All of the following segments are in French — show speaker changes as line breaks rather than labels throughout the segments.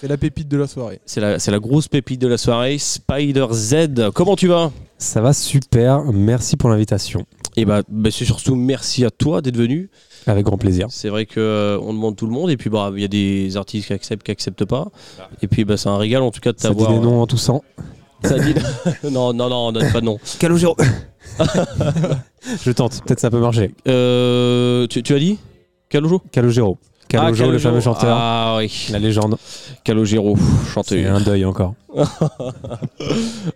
C'est la pépite de la soirée.
C'est la, c'est la grosse pépite de la soirée, Spider Z. Comment tu vas
Ça va super, merci pour l'invitation.
Et bah, bah, c'est surtout merci à toi d'être venu.
Avec grand plaisir.
C'est vrai que euh, on demande tout le monde et puis bah il y a des artistes qui acceptent, qui acceptent pas. Et puis bah c'est un régal en tout cas de
Ça dit
t'avoir.
des noms en toussant.
Ça dit- non non non, on donne pas de nom.
Calogero Je tente, peut-être ça peut marcher.
Euh, tu, tu as dit Calojo
Calogero. Calogero, le fameux chanteur,
Ah oui,
la légende.
Calogero,
C'est
chanteur.
un deuil encore.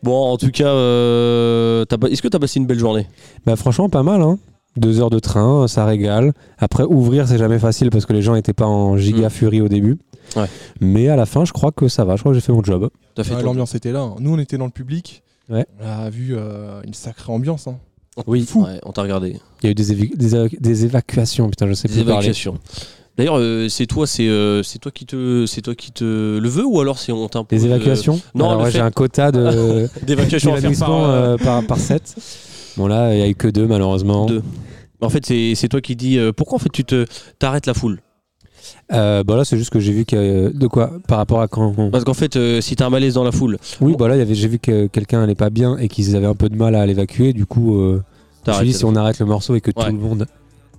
Bon, en tout cas, euh, t'as pas- est-ce que t'as passé une belle journée
Bah franchement, pas mal, hein. Deux heures de train, euh, ça régale. Après, ouvrir, c'est jamais facile parce que les gens n'étaient pas en
Mmh.
giga furie au début.
Ouais.
Mais à la fin, je crois que ça va. Je crois que j'ai fait mon job.
T'as fait
Ah,
ton-
L'ambiance était là. hein. Nous, on était dans le public.
Ouais.
On a vu euh, une sacrée ambiance. hein.
Oui.
Ouais, on t'a regardé.
Il y a eu des, évi- des, éva- des évacuations. Putain, je sais
Des
plus parler.
évacuations. D'ailleurs, euh, c'est toi, c'est euh, c'est toi qui te, c'est toi qui te le veut ou alors c'est on t'impose
Des
euh,
évacuations
non, le
Alors, ouais,
fait-
j'ai un quota de.
d'évacuation à faire
Évanouissement,
par, euh,
euh, par, 7. Bon là, il n'y a eu que deux malheureusement.
Deux. En fait, c'est c'est toi qui dis euh, pourquoi en fait tu te t'arrêtes la foule.
Euh, bah là, c'est juste que j'ai vu que... euh, De quoi Par rapport à quand... on-
Parce qu'en fait, euh, si t'as un malaise dans la foule,
Oui, bah là, il y avait- j'ai vu que quelqu'un n'allait pas bien et qu'ils avaient un peu de mal à l'évacuer. Du coup, euh, je me suis
t'arrêtes.
dit, si on arrête le morceau et que
Ouais.
tout le monde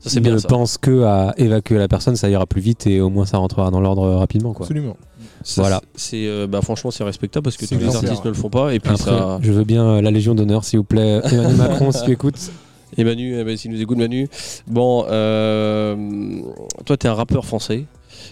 Ça c'est
ne
bien ça.
pense que à évacuer la personne, ça ira plus vite et au moins ça rentrera dans l'ordre rapidement. Quoi.
Absolument.
Ça,
Voilà.
C'est euh, bah, franchement c'est respectable parce que
C'est
tous les
clair.
artistes ne le font pas et puis
Après,
ça.
je veux bien euh, la Légion d'honneur, s'il vous plaît. Emmanuel Macron, si tu écoutes.
Et Manu, eh ben, s'il nous écoute Manu, bon, euh, toi t'es un rappeur français,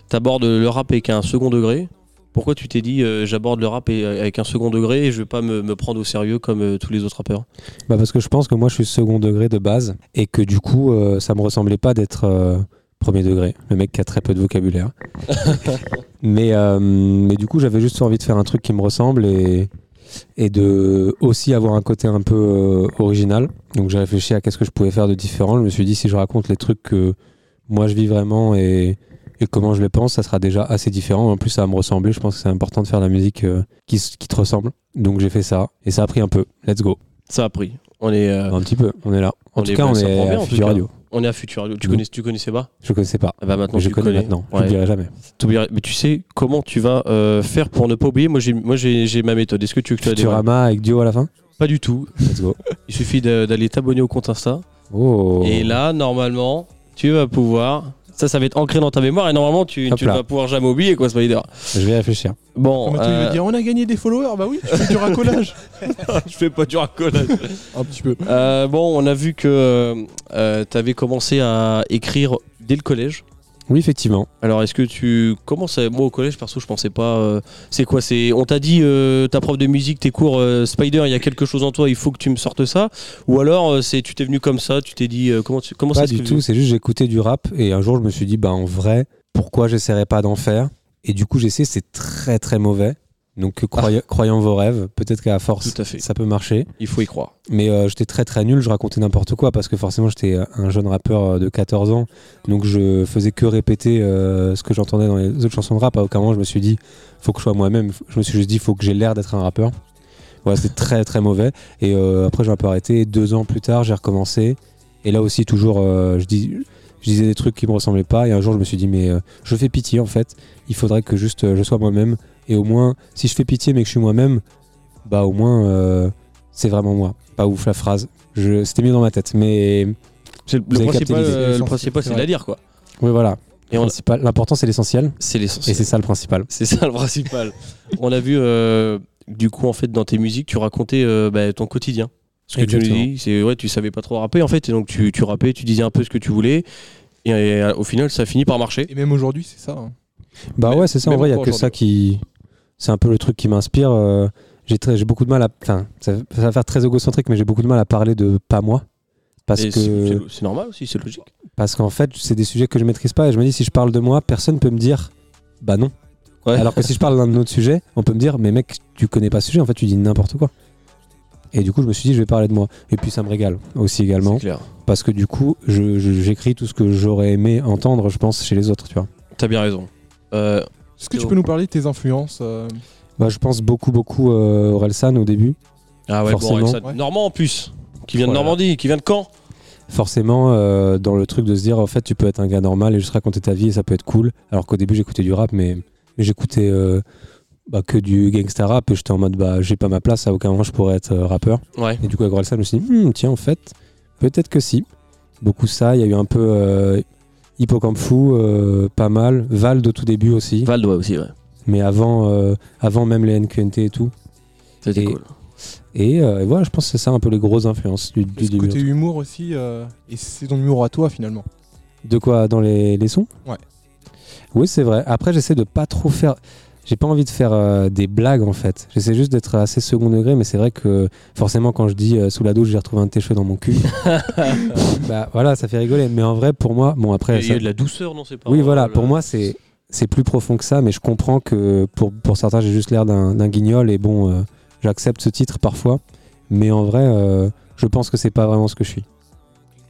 t'abordes le rap avec un second degré. Pourquoi tu t'es dit euh, j'aborde le rap et- avec un second degré et je vais pas me, me prendre au sérieux comme euh, tous les autres rappeurs
Bah, parce que je pense que moi, je suis second degré de base et que du coup, euh, ça me ressemblait pas d'être euh, premier degré, le mec qui a très peu de vocabulaire. mais, euh, mais du coup, j'avais juste envie de faire un truc qui me ressemble et, et de aussi avoir un côté un peu euh, original. Donc, j'ai réfléchi à qu'est-ce que je pouvais faire de différent. Je me suis dit, si je raconte les trucs que moi je vis vraiment et, et comment je les pense, ça sera déjà assez différent. En plus, ça va me ressembler. Je pense que c'est important de faire de la musique euh, qui, s- qui te ressemble. Donc, j'ai fait ça et ça a pris un peu. Let's go.
Ça a pris. On est, euh,
Un petit peu, on est là. En
on
tout
est-
cas, on
ça prend
est
bien, en
à
tout
Future
cas.
Radio.
on est à Futur. Tu,
Oui.
connais, tu connaissais pas
Je connaissais pas.
Ah bah maintenant
Mais Mmh. je
tu
connais
connais.
maintenant.
Ouais.
J'oublierai jamais.
T'oublieras- Mais tu sais comment tu vas euh, faire pour ne pas oublier Moi j'ai moi j'ai j'ai ma méthode. Est-ce que tu veux que je te la dévoile
Futurama avec Dio à la fin
Pas du tout.
Let's go.
Il suffit de- d'aller t'abonner au compte Insta.
Oh.
Et là, normalement, tu vas pouvoir. Ça, ça va être ancré dans ta mémoire et normalement, tu,
Hop
tu ne
là.
vas pouvoir jamais oublier quoi, Spider.
Je vais réfléchir.
Bon,
Comment tu
euh,
vas dire, on a gagné des followers. Bah oui, je fais du racolage.
je fais pas du racolage.
Un petit peu.
Euh, bon, on a vu que tu avais commencé à écrire dès le collège.
Oui, effectivement.
Alors, est-ce que tu commences à... Moi, au collège, perso, je pensais pas... euh, C'est quoi c'est... On t'a dit, euh, ta prof de musique, tes cours, euh, Spider, il y a quelque chose en toi, il faut que tu me sortes ça Ou alors, euh, c'est tu t'es venu comme ça, tu t'es dit... euh, comment tu... comment
Pas
ça se
du
fait-
tout, c'est juste j'écoutais du rap et un jour je me suis dit, bah en vrai, pourquoi j'essaierais pas d'en faire Et du coup, j'essaie, c'est très très mauvais. Donc, croyez croyez en vos rêves, peut-être qu'à force,
Ah. Tout à fait.
ça peut marcher.
Il faut y croire.
Mais euh, j'étais très très nul, je racontais n'importe quoi parce que forcément j'étais euh, un jeune rappeur euh, de 14 ans, donc je faisais que répéter euh, ce que j'entendais dans les autres chansons de rap. À aucun moment je me suis dit faut que je sois moi-même, je me suis juste dit faut que j'ai l'air d'être un rappeur. Voilà, c'était très très mauvais. Et euh, après j'ai un peu arrêté. Deux ans plus tard j'ai recommencé. Et là aussi toujours euh, je dis je disais des trucs qui me ressemblaient pas. Et un jour je me suis dit mais euh, je fais pitié en fait. Il faudrait que juste euh, je sois moi-même. Et au moins si je fais pitié mais que je suis moi-même, bah au moins euh, c'est vraiment moi. Pas ouf la phrase. Je... C'était mieux dans ma tête. Mais
C'est le,
Vous avez capté
principal,
l'idée.
euh, le
C'est
principal, c'est de la
vrai.
dire, quoi.
oui voilà.
Et on-
Principal- L'important c'est l'essentiel.
C'est
Et
l'essentiel.
c'est ça le principal.
C'est ça le principal. On a vu, euh, du coup, en fait, dans tes musiques, tu racontais euh, bah, ton quotidien. Ce que tu
Exactement.
nous dis, c'est ouais, tu savais pas trop rapper, en fait, et donc tu, tu rappais, tu disais un peu ce que tu voulais. Et, euh, au final, ça finit par marcher.
Et même aujourd'hui, c'est ça. hein.
Bah
Mais-
ouais, c'est ça.
mais
En vrai, il n'y a
pourquoi
que ça qui. C'est un peu le truc qui m'inspire. euh, J'ai très- j'ai beaucoup de mal à. Enfin, ça, ça va faire très égocentrique, mais j'ai beaucoup de mal à parler de pas moi. Parce
Et c'est-
que
c'est- C'est normal aussi, c'est logique.
parce qu'en fait, c'est des sujets que je maîtrise pas. Et je me dis, si je parle de moi, personne peut me dire bah non.
Ouais.
Alors que si je parle d'un autre sujet, on peut me dire mais mec, tu connais pas ce sujet. En fait, tu dis n'importe quoi. Et du coup, je me suis dit, je vais parler de moi. Et puis, ça me régale aussi également.
C'est clair.
Parce que du coup, je- je- j'écris tout ce que j'aurais aimé entendre, je pense, chez les autres, tu vois.
T'as bien raison. Euh,
Est-ce que
C'est
tu
bon.
peux nous parler de tes influences euh,
Bah, je pense beaucoup, beaucoup euh, Orelsan au début.
ah ouais, bon,
Forcément.
et ça-
Ouais.
Normand en plus, qui vient de
Voilà.
Normandie, qui vient de Caen.
forcément euh, dans le truc de se dire en fait tu peux être un gars normal et juste raconter ta vie et ça peut être cool alors qu'au début j'écoutais du rap mais mais j'écoutais euh, bah, que du gangsta rap et j'étais en mode bah j'ai pas ma place, à aucun moment je pourrais être euh, rappeur.
Ouais.
Et du coup, avec Orelsan, je me suis dit, Hmm, tiens, en fait, peut-être que si. Beaucoup ça, il y a eu un peu euh, Hippocampe Fou, euh, pas mal. Vald au tout début aussi,
Val doit aussi, ouais.
mais avant, euh, avant même les NQNT et tout.
C'était
Et-
cool.
Et, euh, et voilà, je pense que c'est ça un peu les grosses influences du, du
Et ce
début.
côté humour aussi, euh, et c'est ton humour à toi finalement.
De quoi Dans les, les sons
Ouais.
Oui, c'est vrai. Après, j'essaie de pas trop faire. J'ai pas envie de faire euh, des blagues en fait. J'essaie juste d'être assez second degré, mais c'est vrai que forcément, quand je dis euh, sous la douche, j'ai retrouvé un técheux dans mon cul, bah voilà, ça fait rigoler. Mais en vrai, pour moi, bon après,
Il y a
ça-
de la douceur dans ses paroles. euh,
oui, voilà, pour moi, c'est c'est plus profond que ça, mais je comprends que pour, pour certains, j'ai juste l'air d'un d'un guignol et bon, euh, j'accepte ce titre parfois, mais en vrai, euh, je pense que c'est pas vraiment ce que je suis.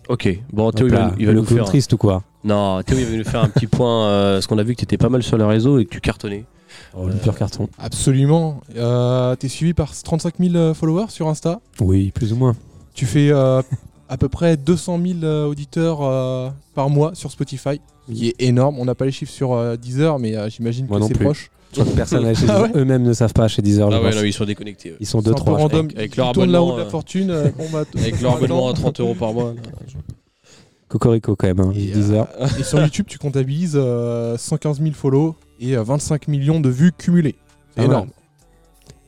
Ok, bon, Théo,
Hop
il
là,
va, il va
le
nous
clown
faire.
triste ou quoi
Non, Théo, il va nous faire un petit point. euh, parce qu'on a vu que t'étais pas mal sur le réseau et que tu cartonnais. Oh
Le pur carton.
Absolument. Euh, T'es suivi par 35 000 euh, followers sur Insta.
Oui, plus ou moins.
Tu fais euh, à peu près 200 000 euh, auditeurs euh, par mois sur Spotify, ce qui est énorme. On n'a pas les chiffres sur euh, Deezer, mais euh, j'imagine
Moi
que
non
c'est
plus.
proche.
Je crois que personne n'a chez
Ah
Deezer. eux-mêmes ne savent pas chez Deezer.
Ah
je
ouais,
pense.
non, ils sont déconnectés. ouais.
Ils sont
C'est un
deux
peu
trois.
random.
Avec- avec
Ils
leur
tournent la roue de
abonnement,
la
euh,
fortune. euh, on va t-
Avec leur abonnement à 30 euros par mois. là.
Cocorico quand même. Hein,
Et,
Deezer.
euh, et sur YouTube, tu comptabilises euh, 115 000 follow et euh, 25 millions de vues cumulées. C'est
Ah ouais.
énorme.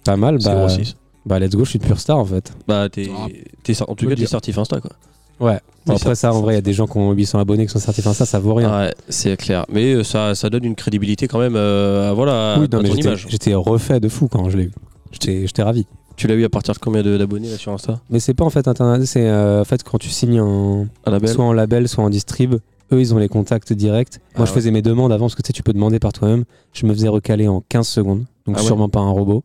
Pas mal.
C'est
Bah,
gros six.
bah, let's go. Je suis de pure star en fait.
Bah, t'es,
Ah,
t'es sar- en tout
faut
cas,
le
t'es
dire.
certif Insta, quoi.
Ouais.
Oui,
après ça, en vrai, il y a des gens qui ont 800 abonnés qui sont certifiés. Ça, ça vaut rien.
Ah Ouais, c'est clair. Mais euh, ça, ça donne une crédibilité quand même euh, à- voilà,
oui,
à
non, mais
ton
j'étais-
image.
j'étais refait de fou quand je l'ai eu. J'étais j'étais ravi.
Tu l'as eu à partir de combien de- d'abonnés là, sur Insta
Mais c'est pas en fait internet. C'est euh, en fait quand tu signes un,
À la belle
soit en label, soit en distrib. Eux, ils ont les contacts directs.
Ah
Moi, je
ouais.
faisais mes demandes avant parce que tu sais, tu peux demander par toi-même. Je me faisais recaler en 15 secondes, donc
Ah ouais.
sûrement pas un robot.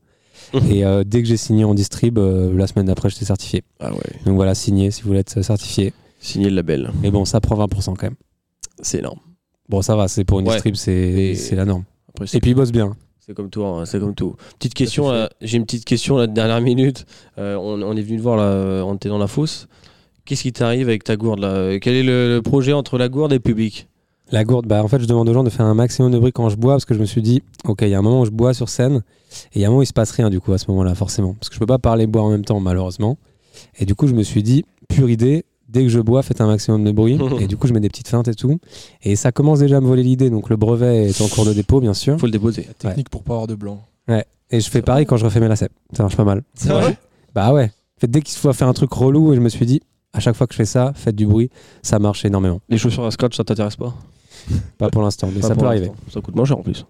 Et euh, dès que j'ai signé en distrib, euh, la semaine d'après, j'étais certifié.
Ah ouais,
Donc voilà, signé si vous voulez être certifié.
signé le label.
Mais bon, ça prend 20% quand même.
C'est énorme.
Bon, ça va, c'est pour une
Ouais.
distrib,
Et-
c'est c'est la norme.
Après, c'est
Et puis, il bosse bien.
C'est comme tout, hein, c'est comme tout. Petite question,
Ça fait
là, j'ai une petite question la dernière minute. Euh, on, on est venu te voir, là, on était dans la fosse. Qu'est-ce qui t'arrive avec ta gourde là Euh, Quel est le, le projet entre la gourde et le public
La gourde, bah en fait, je demande aux gens de faire un maximum de bruit quand je bois parce que je me suis dit, ok, il y a un moment où je bois sur scène et il y a un moment où il se passe rien du coup à ce moment-là, forcément. Parce que je peux pas parler et boire en même temps, malheureusement. Et du coup, je me suis dit, pure idée, dès que je bois, faites un maximum de bruit. et du coup, je mets des petites feintes et tout. Et ça commence déjà à me voler l'idée, donc le brevet est en cours de dépôt, bien sûr.
Faut le déposer.
Technique pour pas avoir de blanc.
Et je fais pareil quand je refais mes lacets. Ça marche pas mal.
C'est
vrai
Bah ouais. En fait, dès qu'il faut faire un truc relou, et je me suis dit, à chaque fois que je fais ça, faites du bruit, ça marche énormément.
Les chaussures à scratch, ça t'intéresse pas
Pas pour l'instant, mais
Pas
ça
pour
peut arriver.
l'instant. Ça coûte moins cher en plus.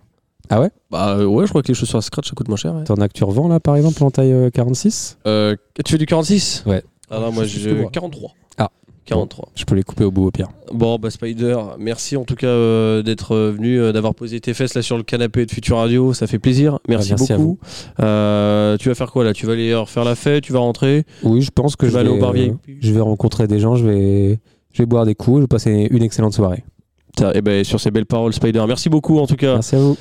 Ah ouais
Bah euh, ouais, je crois que les chaussures à scratch, ça coûte moins cher. ouais.
T'en as que tu revends là, par exemple, en taille euh, 46
Euh, tu fais du 46
Ouais.
Ah non, moi
Je sais
j'ai
plus moi.
43.
Ah.
43.
Je peux les couper au bout au pire.
Bon, bah Spider, merci en tout cas euh, d'être euh, venu, euh, d'avoir posé tes fesses là sur le canapé de Future Radio, ça fait plaisir. Merci,
Ah, merci à
beaucoup. Euh, tu vas faire quoi là Tu vas aller euh, faire la fête, tu vas rentrer,
Oui, je pense que
tu
je
vas
vais,
aller au bar
euh,
vieille.
je vais rencontrer des gens, je vais, je vais boire des coups, je vais passer une excellente soirée.
eh Et ben sur ces belles paroles, Spider, merci beaucoup en tout cas.
Merci à vous.